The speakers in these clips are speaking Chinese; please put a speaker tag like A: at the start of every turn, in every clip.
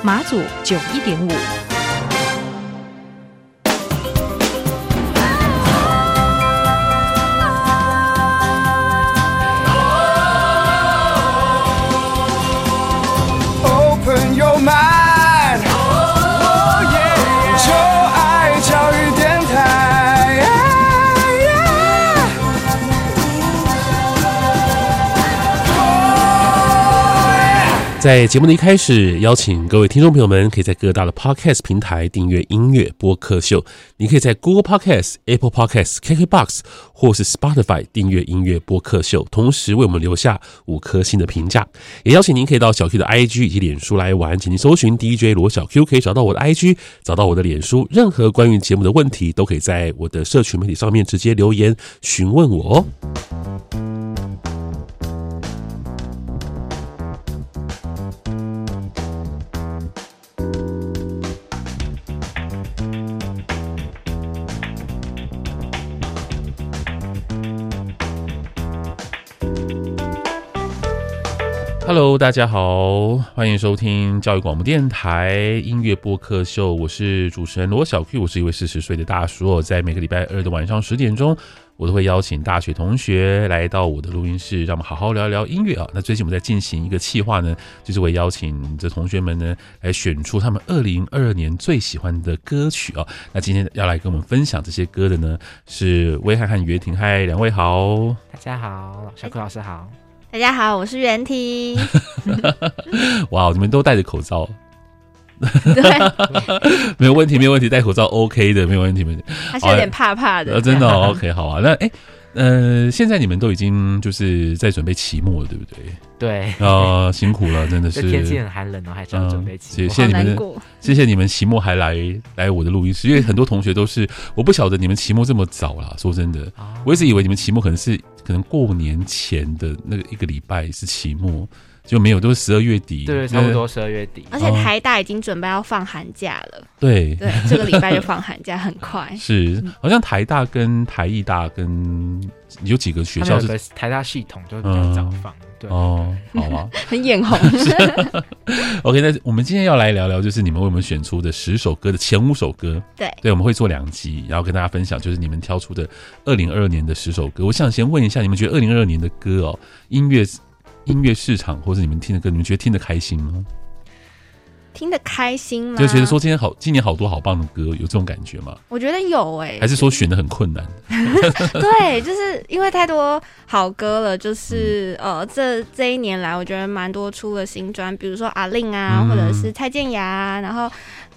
A: 马祖九一点五。
B: Open your mind，就爱教育电台。
C: 在节目的一开始，邀请各位听众朋友们可以在各大的 Podcast 平台订阅音乐播客秀。你可以在 Google Podcast、Apple Podcast、KKBox 或是 Spotify 订阅音乐播客秀，同时为我们留下五颗星的评价。也邀请您可以到小 Q 的 IG 以及脸书来玩，请您搜寻 DJ 罗小 Q，可以找到我的 IG，找到我的脸书。任何关于节目的问题，都可以在我的社群媒体上面直接留言询问我哦。Hello，大家好，欢迎收听教育广播电台音乐播客秀，我是主持人罗小 Q，我是一位四十岁的大叔哦，在每个礼拜二的晚上十点钟，我都会邀请大学同学来到我的录音室，让我们好好聊聊音乐啊。那最近我们在进行一个企划呢，就是我邀请这同学们呢来选出他们二零二二年最喜欢的歌曲啊。那今天要来跟我们分享这些歌的呢，是威汉和袁婷，嗨，两位好。
D: 大家好，小柯老师好。
E: 大家好，我是袁 婷。
C: 哇，你们都戴着口罩，
E: 对，
C: 没有问题，没有问题，戴口罩 OK 的，没有问题，没有问题。
E: 他是有点怕怕的。
C: 呃，真的、哦、OK，好啊。那哎、呃，现在你们都已经就是在准备期末了，对不对？
D: 对，
C: 啊、辛苦了，真的
D: 这
C: 是。嗯
D: 天气很寒冷哦，还是要准备起
C: 谢
D: 火。
C: 谢
E: 好
C: 你们
E: 难
C: 的，
E: 过。
C: 谢谢你们期末还来来我的录音室，因为很多同学都是，我不晓得你们期末这么早啦。说真的，
D: 啊
C: 我一直以为你们期末可能是可能过年前的那个一个礼拜是期末，就没有，都是十二月底，
D: 对，差不多十二月底。
E: 而且台大已经准备要放寒假了，
C: 那。对，
E: 对，这个礼拜就放寒假，很 快。
C: 是，好像台大跟台艺大跟有几个学
D: 他们
C: 校
D: 有
C: 是嗯
D: 个台大系统就比较早放，对，
C: 哦，好 啊。
E: 很眼红，
C: OK，那我们今天要来聊聊，就是你们为我们选出的十首歌的前五首歌。
E: 对
C: 对，我们会做两集，然后跟大家分享，就是你们挑出的二零二二年的十首歌。我想先问一下，你们觉得二零二二年的歌哦，音乐音乐市场或者你们听的歌，你们觉得听得开心吗？
E: 听得开心吗？
C: 就觉得说今天好，今年好多好棒的歌，有这种感觉吗？
E: 我觉得有哎、
C: 还是说选的很困难？
E: 对，就是因为太多好歌了，就是、
C: 嗯
E: 呃，这这一年来，我觉得蛮多出了新专，比如说阿令啊，
C: 嗯
E: 或者是蔡健雅啊，然后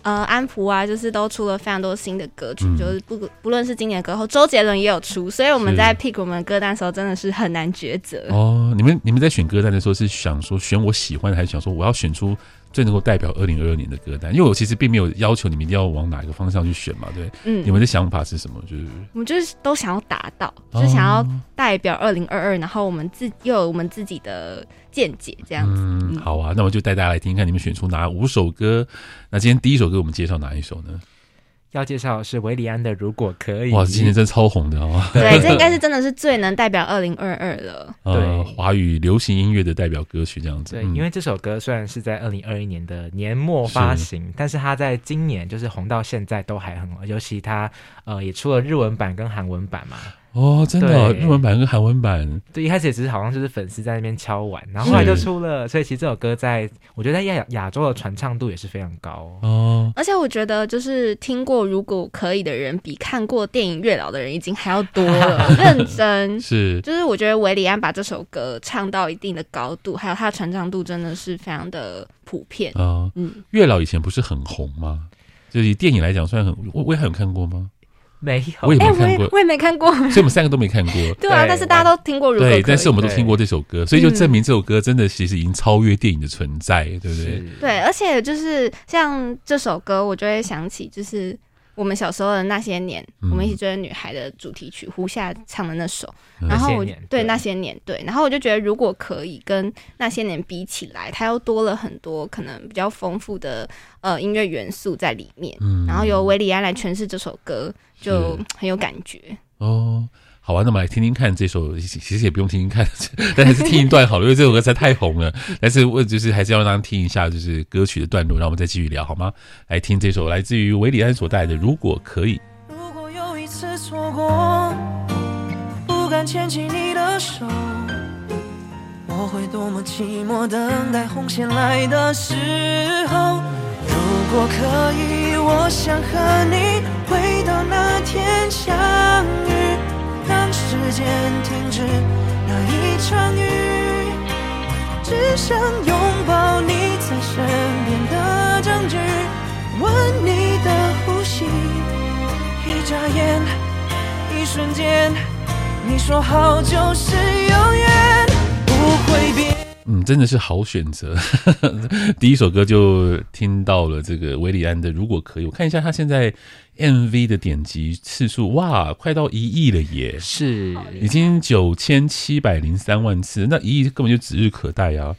E: 呃安福啊，就是都出了非常多新的歌曲，
C: 嗯
E: 就是不不论是今年的歌后，周杰伦也有出，所以我们
C: 是
E: 在 pick 我们的歌单的时候，真的是很难抉择。
C: 哦，你们你们在选歌单的时候是想说选我喜欢的，还是想说我要选出最能够代表二零二二年的歌单？因为我其实并没有要求你们一定要往哪一个方向去选嘛，对？你
E: 嗯，
C: 们的想法是什么？就是
E: 我们就是都想要达到，就是想要
C: 哦
E: 代表二零二二，然后我们自又有我们自己的见解这样子。
C: 嗯，好啊，那我就带大家来听听看你们选出哪五首歌。那今天第一首歌我们介绍哪一首呢？
D: 要介绍的是维里安的《如果可以》。
C: 哇，今天真超红的哦，
E: 对，这应该是真的是最能代表二零二二了。
C: 呃，
D: 对
C: 华语流行音乐的代表歌曲这样子。
D: 对，
C: 嗯
D: 因为这首歌虽然是在二零二一年的年末发行，但是它在今年就是红到现在都还很红，尤其它呃也出了日文版跟韩文版嘛。
C: 哦，真的哦、
D: 对
C: 日文版跟韩文版，
D: 对，一开始也只是好像就是粉丝在那边敲碗，然后后
C: 是
D: 来就出了，所以其实这首歌在我觉得在亚亚洲的传唱度也是非常高。
C: 哦，
E: 而且我觉得，就是听过《如果可以》的人，比看过电影《月老》的人已经还要多 了。认真，
C: 是
E: 就是我觉得韦礼安把这首歌唱到一定的高度，还有它的传唱度，真的是非常的普遍。
C: 啊、呃
E: 嗯，
C: 月老以前不是很红吗？就是以电影来讲，算很，我我也还有看过吗？
D: 没
C: 我
D: 有
C: 也，
E: 哎、
C: 没
E: 我
C: 看
E: 也
C: 过，
E: 我也没看过，
C: 所以我们三个都没看 过。
E: 对啊，
D: 对
E: 但是大家都听过如果可以，
C: 对，但是我们都听过这首歌，所以就
E: 嗯
C: 证明这首歌真的其实已经超越电影的存在，对不对？
D: 是
E: 对，而且就是像这首歌，我就会想起就是我们小时候的那些年，
C: 嗯
E: 我们一起追的女孩的主题曲，胡夏唱的那首。
C: 嗯
E: 然后
D: 那些
E: 我就
D: 年
E: 对
D: 对
E: 那些年，对，然后我就觉得如果可以跟那些年比起来，它又多了很多可能比较丰富的呃音乐元素在里面。
C: 嗯
E: 然后由维里安来诠释这首歌，就是很有感觉。
C: 哦。好啊，那么来听听看这首，其其实也不用听听看， 但还是听一段好了，因为这首歌实在太红 了。但是我就是还是要让大家听一下，就是歌曲的段落，然后我们再继续聊好吗？来听这首来自于维里安所带来的《如果可以》。
F: 如果有一次错过，不敢牵起你的手，我会多么寂寞，等待红线来的时候。如果可以，我想和你回到那天相遇，让时间停止那一场雨，只想拥抱你在身边的证据，闻你的呼吸。一眨眼，一瞬间，你说好就是永远，不会变。
C: 嗯，真的是好选择。 第一首歌就听到了这个维里安的《如果可以》，我看一下他现在 MV 的点击次数，哇，快到一亿了耶！
D: 是
C: 已经九千七百零三万次，那一亿根本就指日可待啊！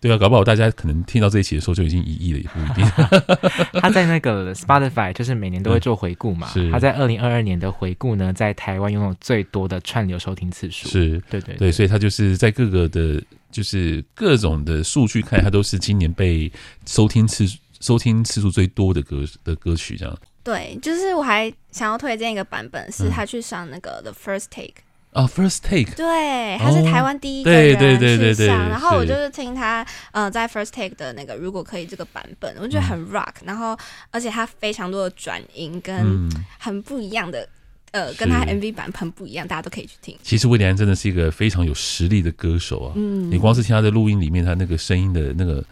C: 对啊，搞不好大家可能听到这一期的时候就已经一亿了，也不一定。
D: 他在那个 Spotify 就是每年都会做回顾嘛，
C: 嗯是
D: 他在二零二二年的回顾呢，在台湾拥有最多的串流收听次数，
C: 是，
D: 对对
C: 对，所以它就是在各个的，就是各种的数据看，它都是今年被收听次数收听次数最多的歌的歌曲，这样
E: 对，就是我还想要推荐一个版本，是
C: 嗯
E: 他去上那个 The First Take，、
C: 啊，First Take，
E: 对，他是
C: 哦
E: 台湾第一个
C: 对
E: 人
C: 对对对
E: 去
C: 对
E: 上，然后我
C: 是
E: 就是听他呃在 First Take 的那个如果可以这个版本，我觉得
C: 嗯
E: 很 rock，、然后而且他非常多的转音跟
C: 嗯，
E: 很不一样的。呃，
C: 是
E: 跟他 MV 版本很不一样，大家都可以去听。
C: 其实威廉真的是一个非常有实力的歌手啊，
E: 嗯
C: 你光是听他的录音里面，他那个声音的那个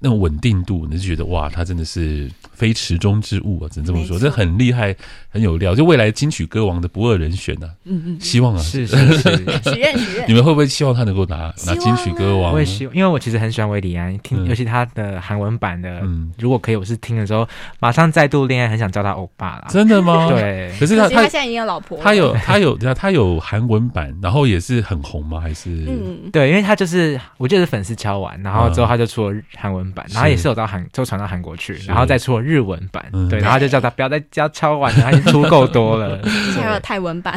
C: 那种稳定度，你就觉得哇，他真的是非池中之物啊，只能这么说，
E: 没错
C: 这很厉害，很有料，就未来金曲歌王的不二人选呐、啊，嗯嗯，希望啊，
D: 是是 是，
E: 许愿许愿
C: 你，们会不会希望他能够拿
E: 希
C: 拿
E: 望啊
C: 金曲歌王？
D: 我也希望，因为我其实很喜欢维里安，听、
C: 嗯
D: 尤其他的韩文版的，
C: 嗯
D: 如果可以，我是听的时候马上再度恋爱，很想叫他欧巴啦，
C: 真的吗？，
D: 对。
C: 可是
E: 可
C: 他
E: 惜他
C: 他
E: 现在已经有老婆了。
C: 他有他有他他有韩文版，然后也是很红吗？还是
E: 嗯，
D: 对，因为他就是，我记得是粉丝敲完，然后之
C: 嗯
D: 后他就出了韩文版，然后
C: 是
D: 也是有到韩，就传到韩国去，
C: 是
D: 然后再出了日文版，
C: 嗯
D: 对，然后他就叫他不要再叫敲完了，他已经出够 多了，
E: 之前还有泰文版，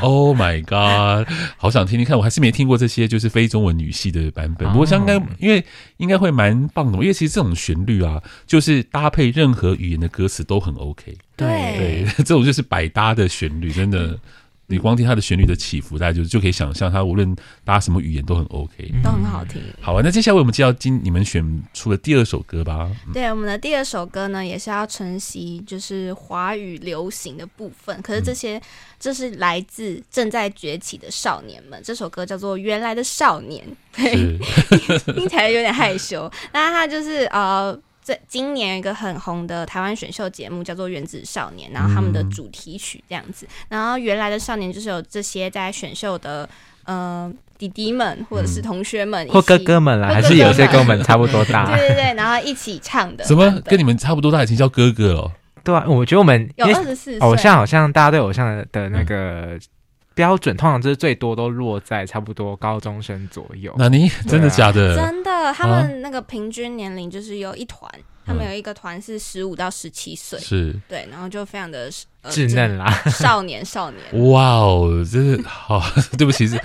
C: ？Oh my god！好想听听看，我还是没听过这些就是非中文语系的版本。
D: 哦
C: 不过相干，因为应该会蛮棒的，因为其实这种旋律啊，就是搭配任何语言的歌词都很 OK。对
E: 对，
C: 这种就是百搭的旋律，真的。你光听它的旋律的起伏，大家就就可以想象它无论搭什么语言都很 OK。
E: 都很好听。
C: 好啊，那接下来我们就要今你们选出的第二首歌吧。
E: 对，我们的第二首歌呢，也是要承袭就是华语流行的部分。可是这些，这是来自正在崛起的少年们。这首歌叫做《原来的少年》，对，
C: 是，
E: 听起来有点害羞。那它就是呃。这今年有一个很红的台湾选秀节目叫做《原子少年》，然后他们的主题曲这样子，然后原来的少年就是有这些在选秀的呃弟弟们或者是同学们一起，
D: 或哥哥们啦，
E: 或
D: 还
E: 哥哥
D: 是有些
E: 们
D: 跟我们差不多大，
E: 对对对，然后一起唱的版本。
C: 怎 么跟你们差不多大，已经叫哥哥了？
D: 对啊，我觉哦得我们
E: 有
D: 因为
E: 二十四岁？
D: 偶像好像大家对偶像的的那个标准，通常就是最多都落在差不多高中生左右。
C: 那你真的假
D: 呃
C: 的？
E: 啊真
D: 啊
E: 的，他们那个平均年龄就是有一团，
D: 嗯
E: 他们有一个团是十五到十七岁，
C: 是，
E: 对，然后就非常的、呃
D: 稚嫩啦，
E: 稚少年少年，
C: 哇哦，真是好，对不起， 是，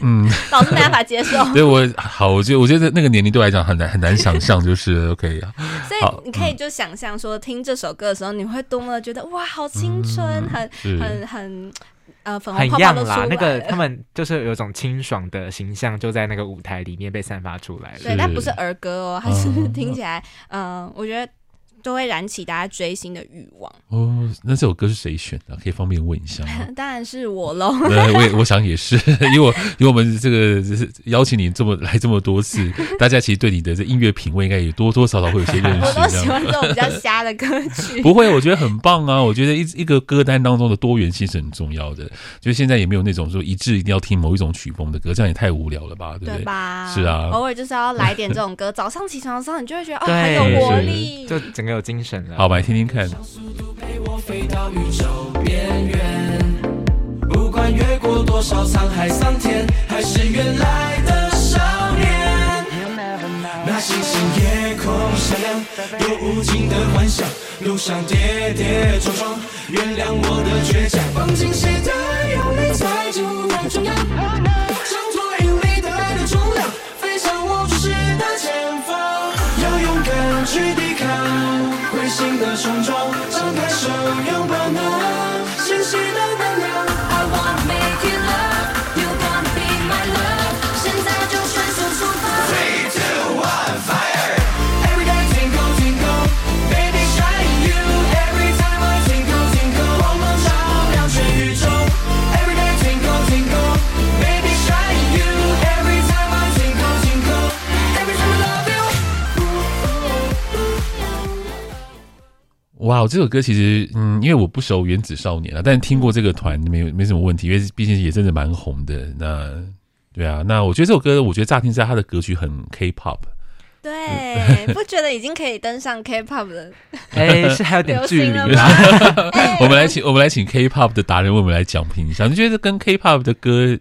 C: 嗯，
E: 老是没办法接受，
C: 对我好，我觉得我觉得那个年龄对我来讲很难很难想象，就是 OK，
E: 所以
D: 嗯
E: 你可以就想象说，听这首歌的时候，你会多么的觉得哇，好青春，很
C: 是
E: 很很呃粉
D: 嗯很
E: 红泡泡
D: 样
E: 都出
D: 啦
E: 来。了，
D: 那个他们就是有种清爽的形象，就在那个舞台里面被散发出来了。嗯
E: 对，但不是儿歌哦，它是听起来，嗯、呃，我觉得。都会燃起大家追星的欲望。
C: 哦，那这首歌是谁选的？可以方便问一下吗？
E: 当然是我 喽。
C: 呃，我也我想也是， 因为我因为我们这个就是邀请你这么来这么多次， 大家其实对你的这音乐品味应该也多多少少会有些认
E: 我
C: 识。
E: 都
C: 这
E: 喜
C: 样
E: 欢这种比较瞎的歌曲。
C: 不会，我觉得很棒啊！我觉得一一个歌单当中的多元性是很重要的。就是现在也没有那种说一致一定要听某一种曲风的歌，这样也太无聊了吧？对不对？
E: 对吧？
C: 是啊
E: 偶尔就是要来点这种歌。早上起床的时候，你就会觉得哦，
D: 对
E: 很有活力。
D: 就整个有精神了。
C: 好，吧，来听听看。
F: 速度陪我飞到宇宙边缘，不管越过多少沧海桑田，还是原来的少年。那星星夜空闪亮，有无尽的幻想，路上跌跌撞撞，原谅我的倔强。放进谁的有你才就太重要，挣脱引力带来的重量，飞向我注视的前方。要勇敢去抵抗灰心的冲撞，张开手拥抱那新鲜的能量。
G: I wanna make you love, you wanna be my love，现在就全速出发。
F: Every day tinkle tinkle, baby shine you. Every time I tinkle tinkle，我们照亮全宇宙。Every day tinkle tinkle, baby shine you. Every time I tinkle tinkle, every time I love you.
C: 哇，这首歌其实，嗯，因为我不熟原子少年啊，但听过这
D: 嗯
C: 个团没有没什么问题，因为毕竟也真的蛮红的。那对啊，那我觉得这首歌，我觉得乍听之下它的格局很 K-pop，嗯
E: 对，不觉得已经可以登上 K-pop 了？
D: 哎，是还有点
E: 流
D: 距
E: 行
D: 离
E: 了
D: 啦
E: 吗。？
C: 我们来请我们来请 K-pop 的达人为我们来讲评一下，你觉得跟 K-pop 的歌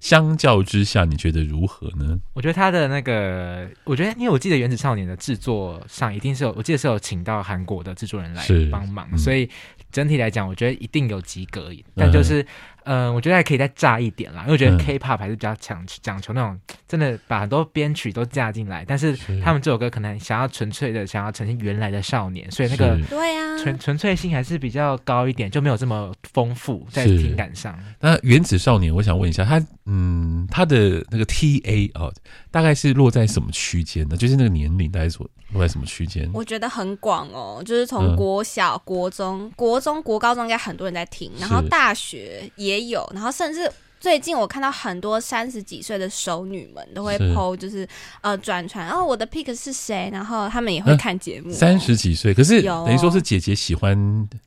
C: 相较之下，你觉得如何呢？
D: 我觉得他的那个，我觉得因为我记得《原子少年》的制作上一定是有，我记得是有请到韩国的制作人来
C: 是
D: 帮忙，
C: 嗯
D: 所以整体来讲，我觉得一定有及格，但就是，嗯、我觉得还可以再炸一点啦，因为我觉得
C: 嗯
D: K-pop 还是比较强讲求那种真的把很多编曲都加进来，但是
C: 是
D: 他们这首歌可能想要纯粹的想要呈现原来的少年，所以那个
C: 是
E: 对啊，
D: 纯纯粹性还是比较高一点，就没有这么丰富在
C: 是
D: 听感上。
C: 那原子少年，我想问一下，他嗯，他的那个 T A 啊、大概是落在什么区间呢？就是那个年龄大概是落在什么区间？
E: 我觉得很广哦，就是
C: 嗯
E: 从国小、国中、国中、国高中应该很多人在听，然后
C: 是
E: 大学也有，然后甚至。最近我看到很多三十几岁的熟女们都会
C: 是
E: PO，就是呃转传，哦我的 pick 是谁，然后他们也会
C: 嗯
E: 看节目哦、
C: 三十几岁，可是
E: 有
C: 等于说是姐姐喜欢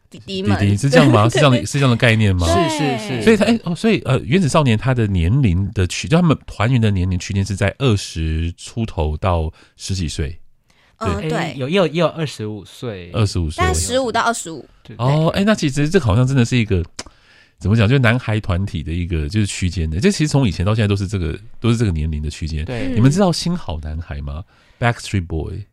E: 弟弟
C: 弟
E: 们
C: 弟，是这样吗？是
E: 对
C: 这 样的，是这样的概念吗？
E: 对
D: 是是是，
C: 所以他哎、哦，所以呃，原子少年他的年龄的区，就他们团员的年龄区间是在二十出头到十几岁，
E: 嗯
D: 哎
E: 对，
D: 有也有也有二十五岁，
C: 二十五岁
E: 但。十五到二十五，
D: 对对
C: 哦，哎、那其实这好像真的是一个怎么讲，就是男孩团体的一个就是区间的，这其实从以前到现在都是这个都是这个年龄的区间。
D: 对
C: 你们知道新好男孩吗？Backstreet Boy，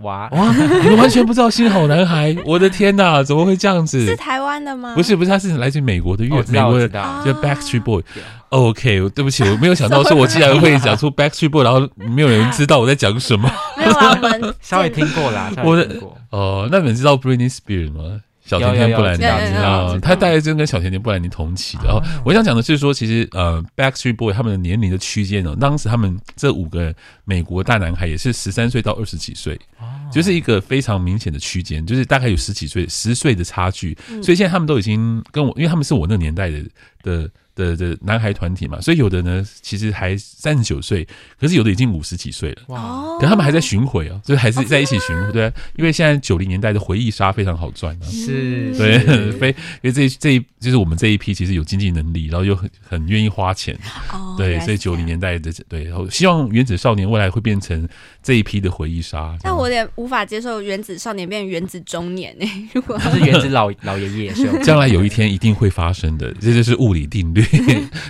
D: 哇，哦
C: 哇，你们完全不知道新好男孩，我的天哪，怎么会这样
E: 是
C: 子？
E: 台湾的吗？
C: 不是不是，他是来自美国的乐，
D: 哦我知
C: 美
D: 道，
C: 国
D: 我
C: 的
D: 知道，
C: 就 Backstreet Boy。OK，我对不起，我没有想到说我竟然会讲出 Backstreet Boy，然后没有人知道我在讲什么。
E: 没有啦，我们
D: 稍微听过啦，稍
C: 我
D: 微
C: 的
D: 听过。
C: 哦，那你们知道 Britney Spears 吗？小甜甜布兰妮
E: 有有有知道
C: 啊
D: 知道，
C: 她大概真跟小甜甜布兰妮同期的。哦，我想讲的是说，其实呃，Backstreet Boy 他们的年龄的区间呢，当时他们这五个美国大男孩也是十三岁到二十几岁，
E: 哦
C: 就是一个非常明显的区间，就是大概有十几岁、十岁的差距。
E: 嗯
C: 所以现在他们都已经跟我，因为他们是我那个年代的的的的男孩团体嘛，所以有的呢其实还三十九岁，可是有的已经五十几岁了。
D: 哇，
E: 哦
C: 可，他们还在巡回啊，就是还是在一起巡回，对啊、因为现在九零年代的回忆杀非常好赚啊，
D: 是，
C: 对，
D: 是
C: 非因为这一这一就是我们这一批其实有经济能力，然后又很很愿意花钱，
E: 哦
C: 对，
E: 原来
C: 所以
E: 是这
C: 九
E: 样
C: 零年代的对，然后希望原子少年未来会变成这一批的回忆杀。这
E: 但
C: 样
E: 我有点无法接受原子少年变原子中年欸呢、如果
D: 就是原子老老爷爷是 有
C: 将来有一天一定会发生 的，这就是物理定律。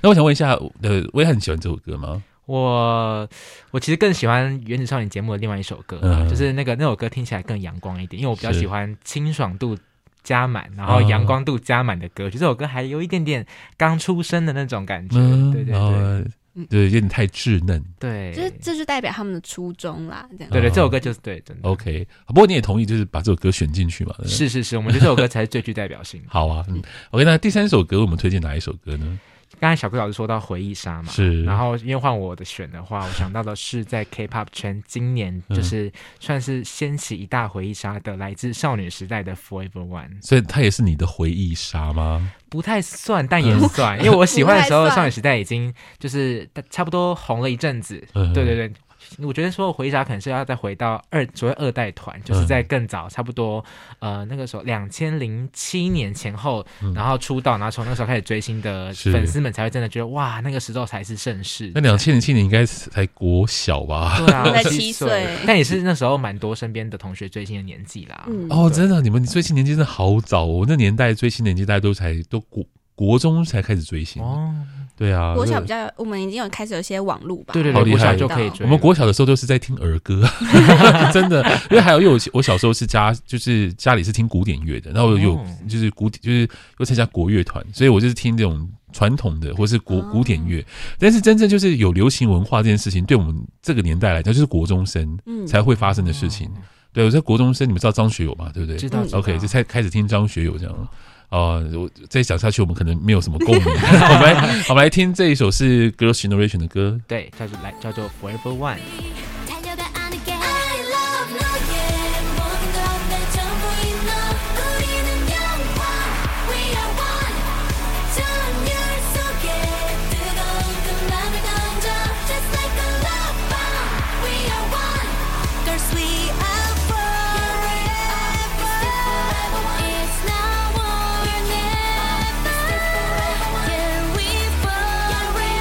C: 那我想问一下，呃，威汉你喜欢这首歌吗？
D: 我我其实更喜欢《原子少年》节目的另外一首歌啊、
C: 嗯
D: 就是那个那首歌听起来更阳光一点，因为我比较
C: 是哦
D: 喜欢清爽度加满，然后阳光度加满的歌曲。这首歌还有一点点刚出生的那种感觉，对对
C: 然后
D: 对
C: 呃对，有点太稚嫩。
D: 对，
E: 就是这就代表他们的初衷啦，这样。
D: 对对，
C: 嗯
D: 这首歌就是对，真的
C: OK，不过你也同意，就是把这首歌选进去嘛？对不对
D: 是是是，我们觉得这首歌才是最具代表性的。
C: 好啊，嗯，OK，那第三首歌我们推荐哪一首歌呢？
D: 刚才小顾老师说到回忆杀嘛，
C: 是
D: 然后因为换我的选的话，我想到的是在 K-pop 圈今年
C: 嗯
D: 就是算是掀起一大回忆杀的，来自少女时代的 Forever One，
C: 所以它也是你的回忆杀吗？
D: 不太算，但
C: 嗯
D: 也算，因为我喜欢的时
E: 不
D: 候，
E: 太算
D: 少女时代已经就是差不多红了一阵子，
C: 嗯
D: 对对对。我觉得说回忆杀可能是要再回到二所谓二代团，就是
C: 嗯
D: 在更早，差不多呃那个时候两千零七年前后，然后出道，然后从那个时候开始追星的
C: 嗯是
D: 粉丝们才会真的觉得哇，那个时候才是盛世。
C: 那两千零七年应该是才国小吧？
D: 对 啊，
E: 在
D: 我
E: 七岁
D: 岁，但也是那时候蛮多身边的同学追星的年纪啦。
E: 嗯
C: 哦，真的，你们追星年纪真的好早哦！我那年代追星年纪大家都才都国国中才开始追星，
D: 哦，
C: 对啊，
E: 国小
C: 就
E: 比较，我们已经有开始有一些网路吧，
D: 对对
C: 好
D: 对，
C: 厉
D: 国小
C: 害
D: 就可以追
C: 我
D: 了。
C: 们国小的时候都是在听儿歌，真的，因为还有因为我我小时候是家就是家里是听古典乐的，然后有
D: 哦
C: 就是古典就是又参加国乐团，所以我就是听这种传统的或是古古典乐，但是真正就是有流行文化这件事情，对我们这个年代来讲，就是国中生
E: 嗯
C: 才会发生的事情。对，我在国中生，你们知道张学友嘛？对不对？
D: 知道知道
C: OK，就才开始听张学友这样。啊、我再讲下去，我们可能没有什么共鸣。 我们来，我们来听这一首是 Girls Generation 的歌，
D: 对叫做来叫做 Forever One。
G: 달려가 안을게 I love 너의 모든 것내 전부인 너 우리는 영원 We are one 전율 속에 뜨거운 그맘을 던져 Just like a love bomb We are one Girls we are forever It's now or never Can we forever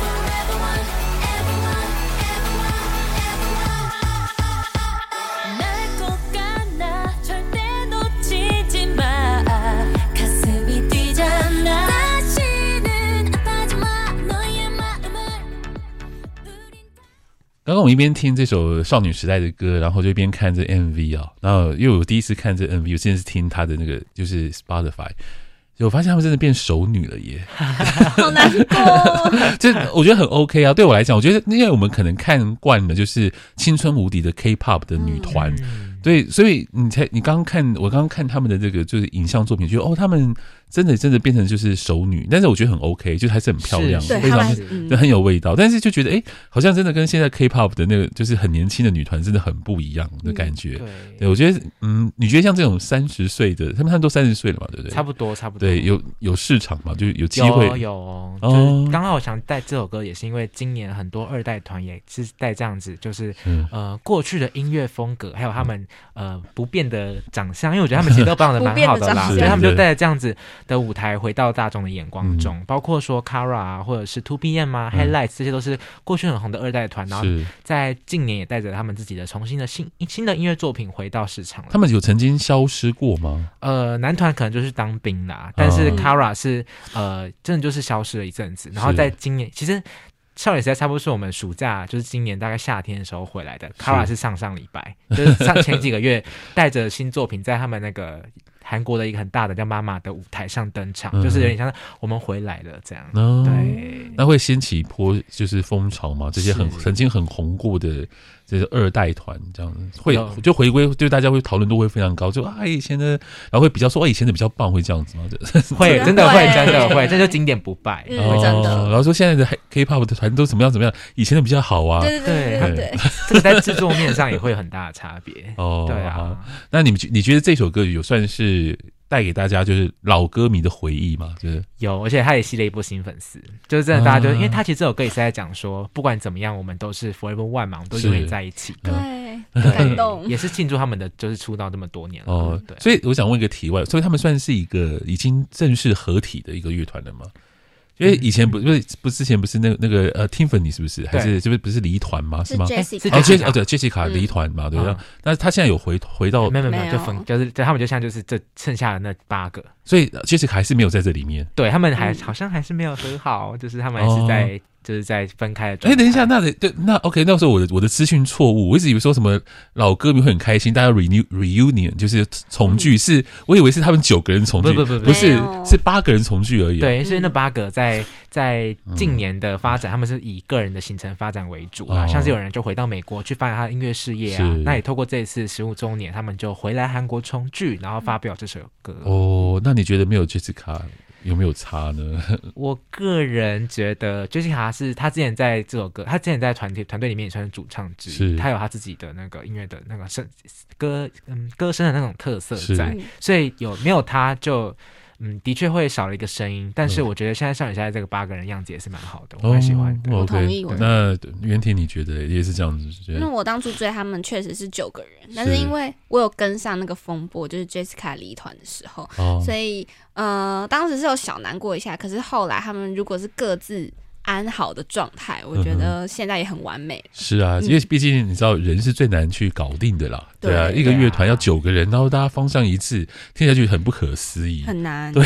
G: forever one everyone 날 꼭 안아 절대 놓치지 마 가슴이 뛰잖아 다시는 아파하지 마 너의 마음을 우린
C: 刚刚我们一边听这首少女时代的歌，然后就一边看这 MV 啊、然后因为我第一次看这 MV，我之前是听她的那个就是 Spotify，就我发现她们真的变熟女了耶，
E: 好难 过。
C: 这我觉得很 OK 啊。对我来讲，我觉得因为我们可能看惯了就是青春无敌的 K-pop 的女团，
E: 嗯
C: 对，所以你才你刚刚看我刚刚看他们的这个就是影像作品，觉得哦，她们真的真的变成就是熟女，但是我觉得很 OK，就是还是很漂亮，
D: 是
E: 对
C: 非
E: 他
C: 常
E: 们，嗯
C: 就很有味道，但是就觉得哎、诶好像真的跟现在 K-pop 的那个就是很年轻的女团真的很不一样的感觉。
D: 嗯对，
C: 对，我觉得嗯，你觉得像这种三十岁的，他们他们都三十岁了嘛，对不对？
D: 差
C: 不
D: 不多差不多。
C: 对，有有市场嘛，就有机会
D: 有有哦，
C: 哦
D: 就是刚好我想带这首歌，也是因为今年很多二代团也是带这样子，就是
C: 嗯
D: 呃过去的音乐风格，还有他们呃不变的长相，因为我觉得他们其实都保养 的蛮好
E: 不变的
D: 啦，
E: 长
D: 所以
C: 相
D: 他们就带着这样子的舞台回到大众的眼光
C: 嗯
D: 中，包括说 Kara 啊，或者是 Two PM 啊、
C: 嗯
D: Highlights 这些都是过去很红的二代团，然后
C: 是
D: 在近年也带着他们自己的重新的新新的音乐作品回到市场了
C: 他。们有曾经消失过吗？
D: 呃，男团可能就是当兵啦，但是 Kara 是、呃，真的就是消失了一阵子，然后在今年，其实少女时代差不多是我们暑假，就是今年大概夏天的时候回来的。Kara 是上上礼拜，就是上前几个月带着新作品，在他们那个韩国的一个很大的叫妈妈的舞台上登场，
C: 嗯
D: 就是有点像我们回来了这样。
C: 嗯，
D: 对，
C: 那会掀起一波就是风潮嘛？这些很
D: 是
C: 曾经很红过的这些二代团，这样子会
D: 有
C: 就回归，对大家会讨论度会非常高，就啊以前的，然后会比较说啊以前的比较棒，会这样子吗？这
D: 会真
E: 真
D: 的
E: 的
D: 会
E: 会
D: 真的会，这就经典不败。
E: 嗯
C: 哦，
E: 真的
C: 然后说现在的 K-pop 的团都怎么样怎么样，以前的比较好啊。
E: 对对对对对，
D: 这个在制作面上也会有很大的差别。
C: 哦，
D: 对
C: 好
D: 啊，
C: 那你们觉你觉得这首歌有算是带给大家就是老歌迷的回忆吗？就是
D: 有，而且他也吸了一波新粉丝，就是真的，大家就、
C: 啊
D: 因为他其实这首歌也是在讲说，不管怎么样，我们都是 forever one 嘛，我们都
C: 是
D: 永远在一 起。
E: 对，
D: 对
E: 感动
D: 也。是庆祝他们的就是出道这么多年了。
C: 哦，
D: 嗯对，啊
C: 所以我想问一个题外，所以他们算是一个已经正式合体的一个乐团了吗？因为以前
D: 嗯
C: 不不是不之前不是那个那个呃 Tiffany 是不是还是就是不是离团吗？是
E: 是
C: 吗？
D: 是
C: 哦
E: Jessica，
C: ，Jess
D: Jessica
C: 哦对，Jessica 离团嘛，对不对
D: 嗯？
C: 但是他现在有回回到
D: 没，有没有没
E: 没
D: 有，
E: 有
D: 就分就是就他们就像就是这剩下的那八个，
C: 所以 Jessica 还是没有在这里面。
D: 对他们还、
E: 嗯
D: 好像还是没有和好，就是他们还是在、就是在分开的
C: 哦
D: 状态。
C: 哎，等一下，那得对，那 OK，那时候我的我的资讯错误，我一直以为说什么老歌迷会很开心，大家 renew reunion 就是重聚，是我以为是他们九个人重聚，
D: 不不不不
E: 没
C: 是
E: 有
C: 是八个人重聚而已。，啊
D: 对，所以那八个在在
C: 嗯
D: 近年的发展，他们是以个人的行程发展为主啊，
C: 哦
D: 像是有人就回到美国去发展他的音乐事业啊
C: 是，
D: 那也透过这一次十五周年，他们就回来韩国重聚，然后发表这首歌。
C: 哦，那你觉得没有 Jessica 有没有差呢？
D: 我个人觉得 Jessica 是她之前在这首歌，她之前在团体团队里面也算是主唱之
C: 是
D: 一，她有她自己的那个音乐的那个声歌，嗯，歌声的那种特色
C: 是
D: 在，所以有没有她就。嗯，的确会少了一个声音，但是我觉得现在少女时代这个八个人样子也是蛮好的，我蛮喜欢的。
C: 嗯哦
E: 我
C: OK，
E: 同意我
C: 那袁婷你觉得也是这样子？觉
E: 因为
C: 得
E: 我当初追他们确实是九个人，但
C: 是
E: 是因为我有跟上那个风波，就是 Jessica 离团的时候，
C: 哦
E: 所以呃，当时是有小难过一下。可是后来他们如果是各自安好的状态，我觉
C: 嗯
E: 得现在也很完美。
C: 是啊，因为毕竟你知道人是最难去搞定的啦，对啊，
E: 对
C: 一个
D: 对啊
C: 乐团要九个人，然后大家方向一致，听起来就很不可思议。
E: 很难，
C: 对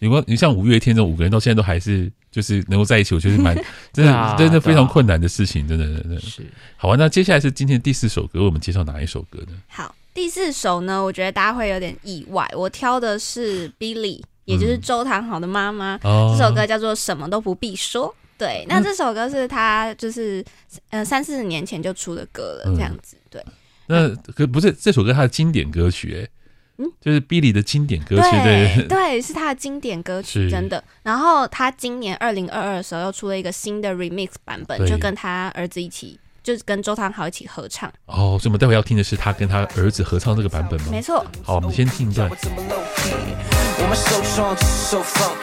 C: 你光你像五月天这种五个人到现在都还是就是能够在一起，我觉得 蛮真
D: 对
C: 的、
D: 啊
C: 真的非常
D: 对啊
C: 困难的事情，真的真的。
D: 是
C: 好啊，那接下来是今天第四首歌，为我们介绍哪一首歌呢？
E: 好，第四首呢，我觉得大家会有点意外，我挑的是 Billy，也就是周唐好的妈妈。
C: 嗯哦，嗯
E: 这首歌叫做《什么都不必说》。对，那这首歌是他就是呃三四十年前就出的歌了，
C: 嗯
E: 这样子。对，
C: 那可不是这首歌它的经典歌曲、欸，
E: 嗯
C: 就是 Billy 的经典歌曲，
E: 对
C: 对，
E: 对，是他的经典歌曲，
C: 是
E: 真的。然后他今年二零二二的时候又出了一个新的 remix 版本，
C: 对
E: 就跟他儿子一起，就是跟周汤豪一起合唱。
C: 哦，所以我们待会要听的是他跟他儿子合唱这个版本吗？
E: 没错，
C: 好，我们先听一段
F: 我。怎么 low key？我们受伤只受放，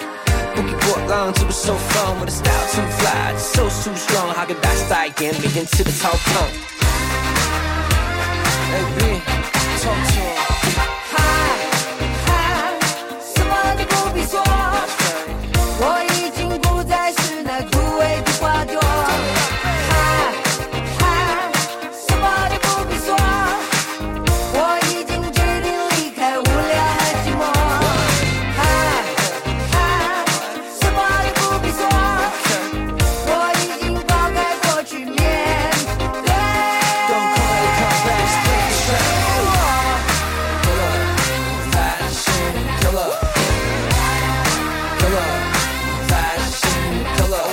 F: 不给波浪只不受放。我的 style too fly，只受舒爽，还跟大时代一样，每天吃的超胖。哎，B，臭臭。
H: 嗨嗨，什么都不必说，我已经不再是那枯萎的花朵。嗨嗨，什么都不必说，我已经决定离开无聊和寂寞。嗨嗨，什么都不必说，我已经抛开过去面对。
F: Don't call it complex, take it straight. Killer, fashion killer. Killer, fashion killer.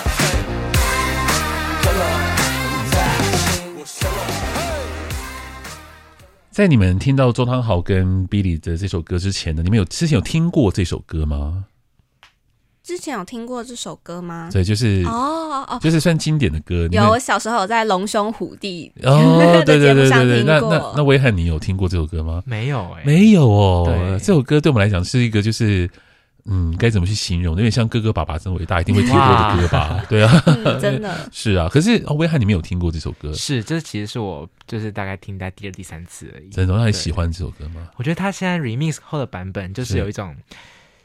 F: Killer, fashion killer.
C: 在你们听到周汤豪跟 Billy 的这首歌之前呢，你们有之前有听过这首歌吗？
E: 之前有听过这首歌吗？
C: 对，就是、
E: 哦哦，
C: 就是算经典的歌。你
E: 有，
C: 们
E: 我小时候有在龙兄虎弟
C: 哦，对对
E: 在节目
C: 对
E: 上
C: 对对，
E: 听
C: 那
E: 过
C: 那那威汉，你有听过这首歌吗？
D: 没有哎、
C: 没有哦
D: 对，
C: 这首歌对我们来讲是一个就是。嗯，该怎么去形容？有点像哥哥爸爸真伟大，一定会听过的歌吧？对啊，
E: 嗯，真的
C: 是啊。可是哦，威汉，你没有听过这首歌，
D: 是，这其实是我就是大概听在第二、第三次而已。
C: 真的？那你
D: 对
C: 喜欢这首歌吗？
D: 我觉得他现在 remix 后的版本就是
C: 是
D: 有一种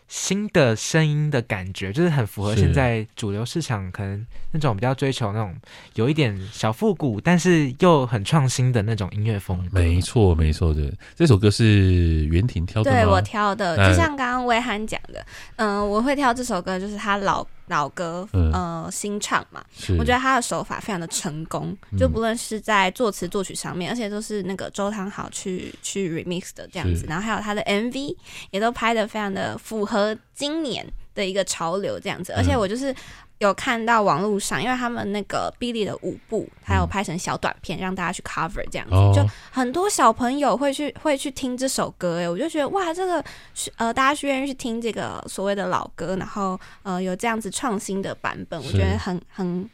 D: 新的声音的感觉，就是很符合
C: 是
D: 现在主流市场可能那种比较追求那种有一点小复古，但是又很创新的那种音乐风格。
C: 没错，没错，对，这首歌是袁婷挑的吗？
E: 对我挑的，
C: 哎
E: 就像刚刚威涵讲的，嗯、我会挑这首歌，就是他老老歌，
C: 嗯
E: 呃，新唱嘛，
C: 是，
E: 我觉得他的手法非常的成功，就
C: 嗯
E: 不论是在作词作曲上面，而且都是那个周汤豪去去 remix 的这样
C: 是
E: 子，然后还有他的 MV 也都拍的非常的符合今年的一个潮流这样子，而且
C: 嗯
E: 我就是。有看到网络上，因为他们那个 Billy 的舞步，还有拍成小短片、让大家去 cover 这样子，
C: 嗯哦
E: 就很多小朋友会去会去听这首歌，哎，我就觉得哇，这个是呃，大家是愿意去听这个所谓的老歌，然后呃有这样子创新的版本，我
C: 是
E: 觉得很很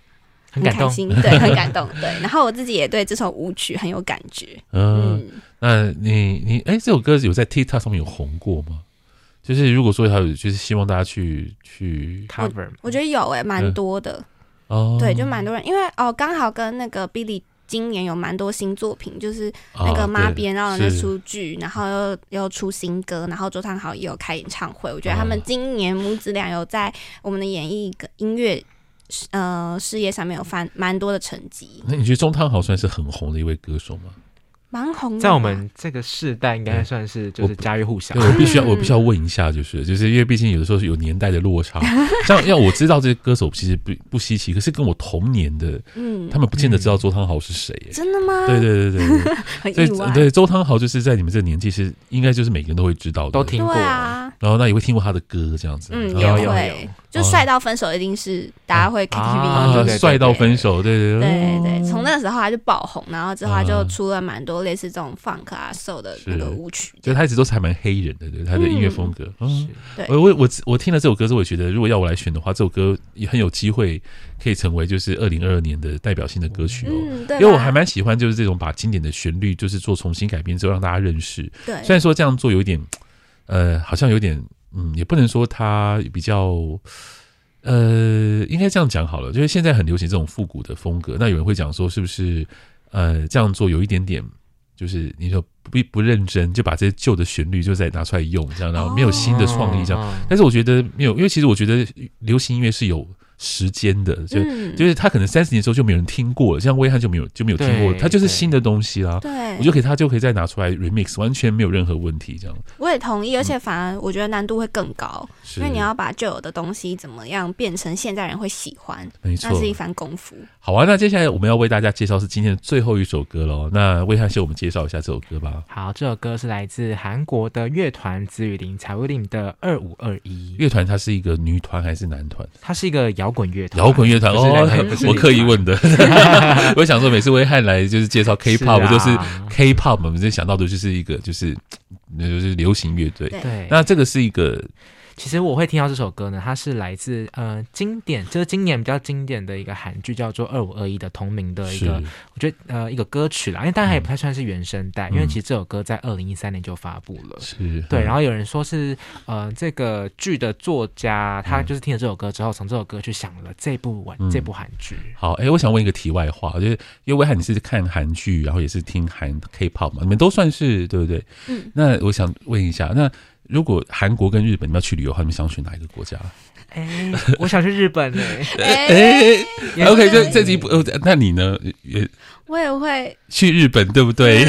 D: 很感
E: 开
D: 动。
E: 心，对，很感动， 对。然后我自己也对这首舞曲很有感觉，
C: 嗯，
E: 嗯，
C: 那你你哎，这首歌有在 TikTok 上面有红过吗？就是如果说它有，就是希望大家去去
D: cover 嘛
E: 我觉得有诶、蛮多的，
C: 嗯哦，
E: 对，就蛮多人，因为哦，刚好跟那个 Billy 今年有蛮多新作品，就是
C: 啊
E: 那个妈
C: 对
E: 编，然后那
C: 是
E: 出剧，然后又又出新歌，然后周汤豪也有开演唱会，我觉得
C: 哦
E: 他们今年母子俩有在我们的演艺跟音乐呃事业上面有翻蛮多的成绩，
C: 那你觉得中汤好算是很红的一位歌手吗？
E: 蛮红的吧，
D: 在我们这个世代，应该算是就是家喻户晓
C: 对，。我必须
E: 嗯
C: 要我必须要问一下，就是就是因为毕竟有的时候是有年代的落差，像要我知道这些歌手其实不不稀奇，可是跟我同年的，
E: 嗯
C: 他，们不见得知道周汤豪是谁耶。
E: 真的吗？
C: 对对对对 对，
E: 很
C: 所以
E: 意外，
C: 对周汤豪就是在你们这个年纪是应该就是每个人都会知道的，
D: 都听
E: 对啊，
C: 然后那也会听过他的歌这样子，
E: 嗯，
C: 哦
E: 也
D: 有
E: 会，就帅到分手一定是大家会 KTV
D: 啊
E: 一定
C: 啊
E: 会
D: 对，
C: 帅到分手，对对
E: 对
C: 哦
E: 对，从那时候他就爆红，然后之后他就
C: 嗯
E: 出了蛮多类似这种 funk 啊、soul 的那个舞曲。
C: 就他一直都是还蛮黑人的，对他的音乐风格。嗯，
E: 对
C: 我我我我听了这首歌之后，我觉得如果要我来选的话，这首歌也很有机会可以成为就是二零二二年的代表性的歌曲哦。
E: 嗯，对吧，
C: 因为我还蛮喜欢，就是这种把经典的旋律，就是做重新改编之后让大家认识。
E: 对，
C: 虽然说这样做有一点，呃，好像有点，嗯，也不能说它比较，呃，应该这样讲好了，就是现在很流行这种复古的风格。那有人会讲说，是不是，呃，这样做有一点点，就是你说不不认真，就把这些旧的旋律就再拿出来用，这样，然后没有新的创意这样。
D: 嗯，嗯
C: 但是我觉得没有，因为其实我觉得流行音乐是有时间的，就
E: 嗯，
C: 就是他可能三十年之后就没有人听过了，像威汉就没有就没有听过，
D: 对
C: 他就是
D: 对
C: 新的东西啦。
E: 对，
C: 我就可以他就可以再拿出来 remix，完全没有任何问题，这样
E: 我也同意，而且反而我觉得难度会更高，
C: 是
E: 因为你要把旧有的东西怎么样变成现在人会喜欢，
C: 没错
E: 那。是一番功夫。
C: 好啊，那接下来我们要为大家介绍是今天的最后一首歌喽。那魏汉先我们介绍一下这首歌吧。
D: 好，这首歌是来自韩国的乐团紫雨林财务令的二五二一，
C: 乐团它是一个女团还是男团？
D: 它是一个摇滚乐团，
C: 摇滚乐团
D: 不是
C: 哦
D: 男团不，是
C: 我
D: 女
C: 刻意
D: 团
C: 问的。 我想说，每次威汉来就是介绍 K-pop，、
D: 是 啊
C: 就是 K-pop，我们就想到的就是一个就是那就是流行乐队。
E: 对
D: 对，
C: 那这个是一个
D: 其实我会听到这首歌呢，它是来自呃经典，就是今年比较经典的一个韩剧，叫做《二五二一》的同名的一
C: 是
D: 个，我觉得呃一个歌曲啦，因为当然也不太算是原声带，因为
C: 嗯
D: 其实这首歌在二零一三年就发布了。
C: 是
D: 对，然
C: 后
D: 后有人说是，呃，这个剧的作家他就是听了这首歌之后，从这首歌去想了这部晚、
C: 嗯
D: 这部韩剧。
C: 好，哎、我想问一个题外话，就是因为威汉你是看韩剧，然后也是听韩 K-pop 嘛，你们都算是对不对？
E: 嗯，
C: 那我想问一下，那如果韩国跟日本你们要去旅游的话，你们想选哪一个国家
D: 哎， 我想去日本 呢、
E: 哎，
D: 也
C: ？OK，
D: 是
C: 就这集不，呃那你呢？也
E: 我也会，
C: 去日本对不对？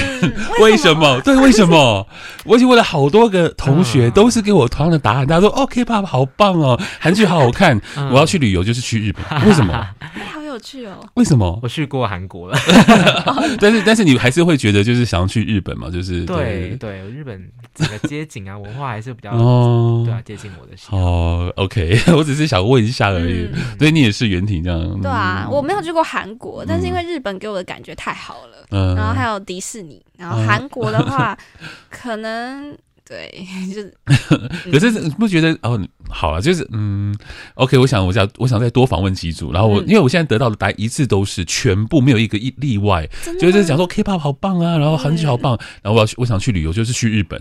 C: 为什么？对，为什么？我已经问了好多个同学，
D: 嗯
C: 都是给我同样的答案。大家说哦，K-pop 好棒哦，韩剧好好看，
D: 嗯
C: 我要去旅游就是去日本。为什么？
E: 哎，好有趣哦。
C: 为什么
D: 我？去过韩国了，
C: 但是但是你还是会觉得就是想要去日本嘛？就是
D: 对对，日本整个街景啊，文化还是比较、
C: 哦，
D: 对啊，接近我的心。
C: 哦，OK，我 只是想问一下而已。所以你也是原体这样？
E: 嗯对啊，
C: 嗯
E: 我没有去过韩国，但是因为日本给我的感觉太好了，
C: 嗯
E: 然后还有迪士尼，然后
C: 嗯
E: 韩国的 话，可能对，就是
C: 可是
E: 嗯
C: 你不觉得哦？好了，就是嗯，OK，我想我想我想再多访问几组，然后我、
E: 嗯
C: 因为我现在得到的答案一致都是全部没有一个一例外，
E: 真的
C: 就是
E: 吗
C: 讲说 K-pop 好棒啊，然后韩剧好棒，
E: 嗯
C: 然后我要去我想去旅游就是去日本，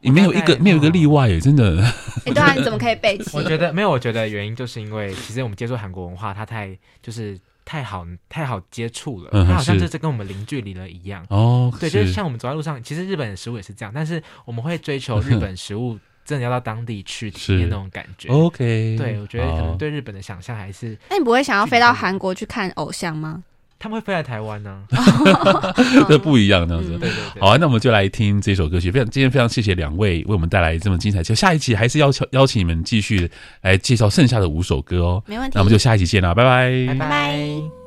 C: 也没有一个
D: 大概
C: 没有一个
E: 嗯
C: 例外耶，真的。
E: 哎，对 啊，你怎么可以背弃
D: 我？觉得没有，我觉得原因就是因为其实我们接触韩国文化，它太就是太好太好接触了，
C: 嗯
D: 它好像
C: 是
D: 就是跟我们零距离了一样。
C: 哦，
D: 对，就是像我们走在路上，其实日本的食物也是这样，但是我们会追求日本食物，真的要到当地去体
C: 是
D: 验那种 感
C: 哦
D: 觉。
C: OK，
D: 对，我觉得可
C: 好
D: 能对日本的想象还是
E: 那你不会想要飞到韩国去看偶像吗？
D: 他们会飞来台 湾呢、
C: 这 不一样这样子。
E: 嗯
D: 对对对，
C: 好啊，那我们就来听这首歌曲。非常今天非常谢谢两位为我们带来这么精彩的节目。下一期还是邀请邀请你们继续来介绍剩下的五首歌哦。
E: 没问题
C: 那我们就下一期见啦，拜拜
D: 拜
E: 拜拜
D: 拜。